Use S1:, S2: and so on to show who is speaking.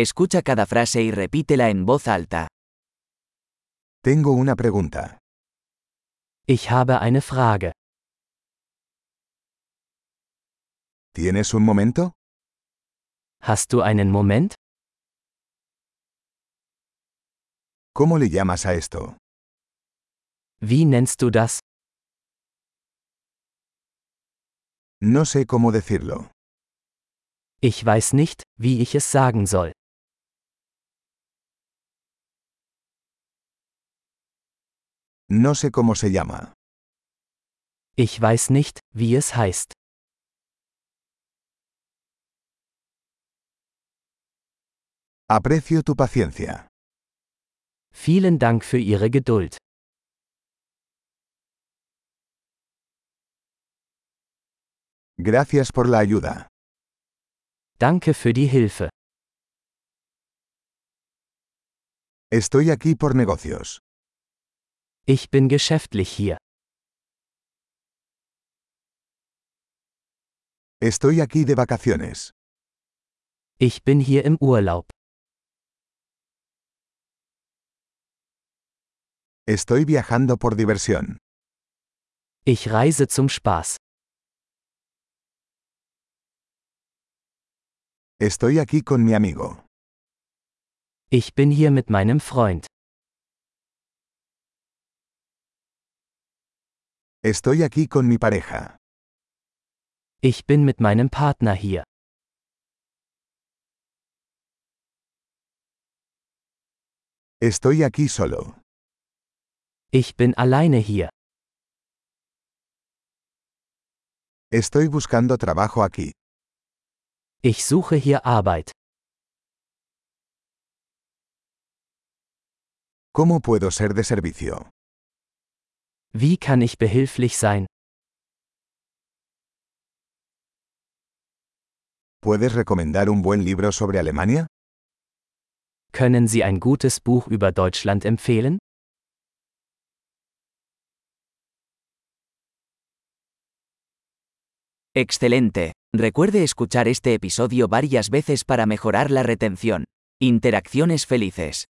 S1: Escucha cada frase y repítela en voz alta.
S2: Tengo una pregunta.
S3: Ich habe eine Frage.
S2: ¿Tienes un momento?
S3: Hast du einen Moment?
S2: ¿Cómo le llamas a esto?
S3: Wie nennst du das?
S2: No sé cómo decirlo.
S3: Ich weiß nicht, wie ich es sagen soll.
S2: No sé cómo se llama.
S3: Ich weiß nicht, wie es heißt.
S2: Aprecio tu paciencia.
S3: Vielen Dank für Ihre Geduld.
S2: Gracias por la ayuda.
S3: Danke für die Hilfe.
S2: Estoy aquí por negocios.
S3: Ich bin geschäftlich hier.
S2: Estoy aquí de vacaciones.
S3: Ich bin hier im Urlaub.
S2: Estoy viajando por diversión.
S3: Ich reise zum Spaß.
S2: Estoy aquí con mi amigo.
S3: Ich bin hier mit meinem Freund.
S2: Estoy aquí con mi pareja.
S3: Ich bin mit meinem Partner hier.
S2: Estoy aquí solo.
S3: Ich bin alleine hier.
S2: Estoy buscando trabajo aquí.
S3: Ich suche hier Arbeit.
S2: ¿Cómo puedo ser de servicio?
S3: Wie kann ich behilflich sein?
S2: ¿Puedes recomendar un buen libro sobre Alemania?
S3: Können Sie ein gutes Buch über Deutschland empfehlen?
S1: Excelente. Recuerde escuchar este episodio varias veces para mejorar la retención. Interacciones felices.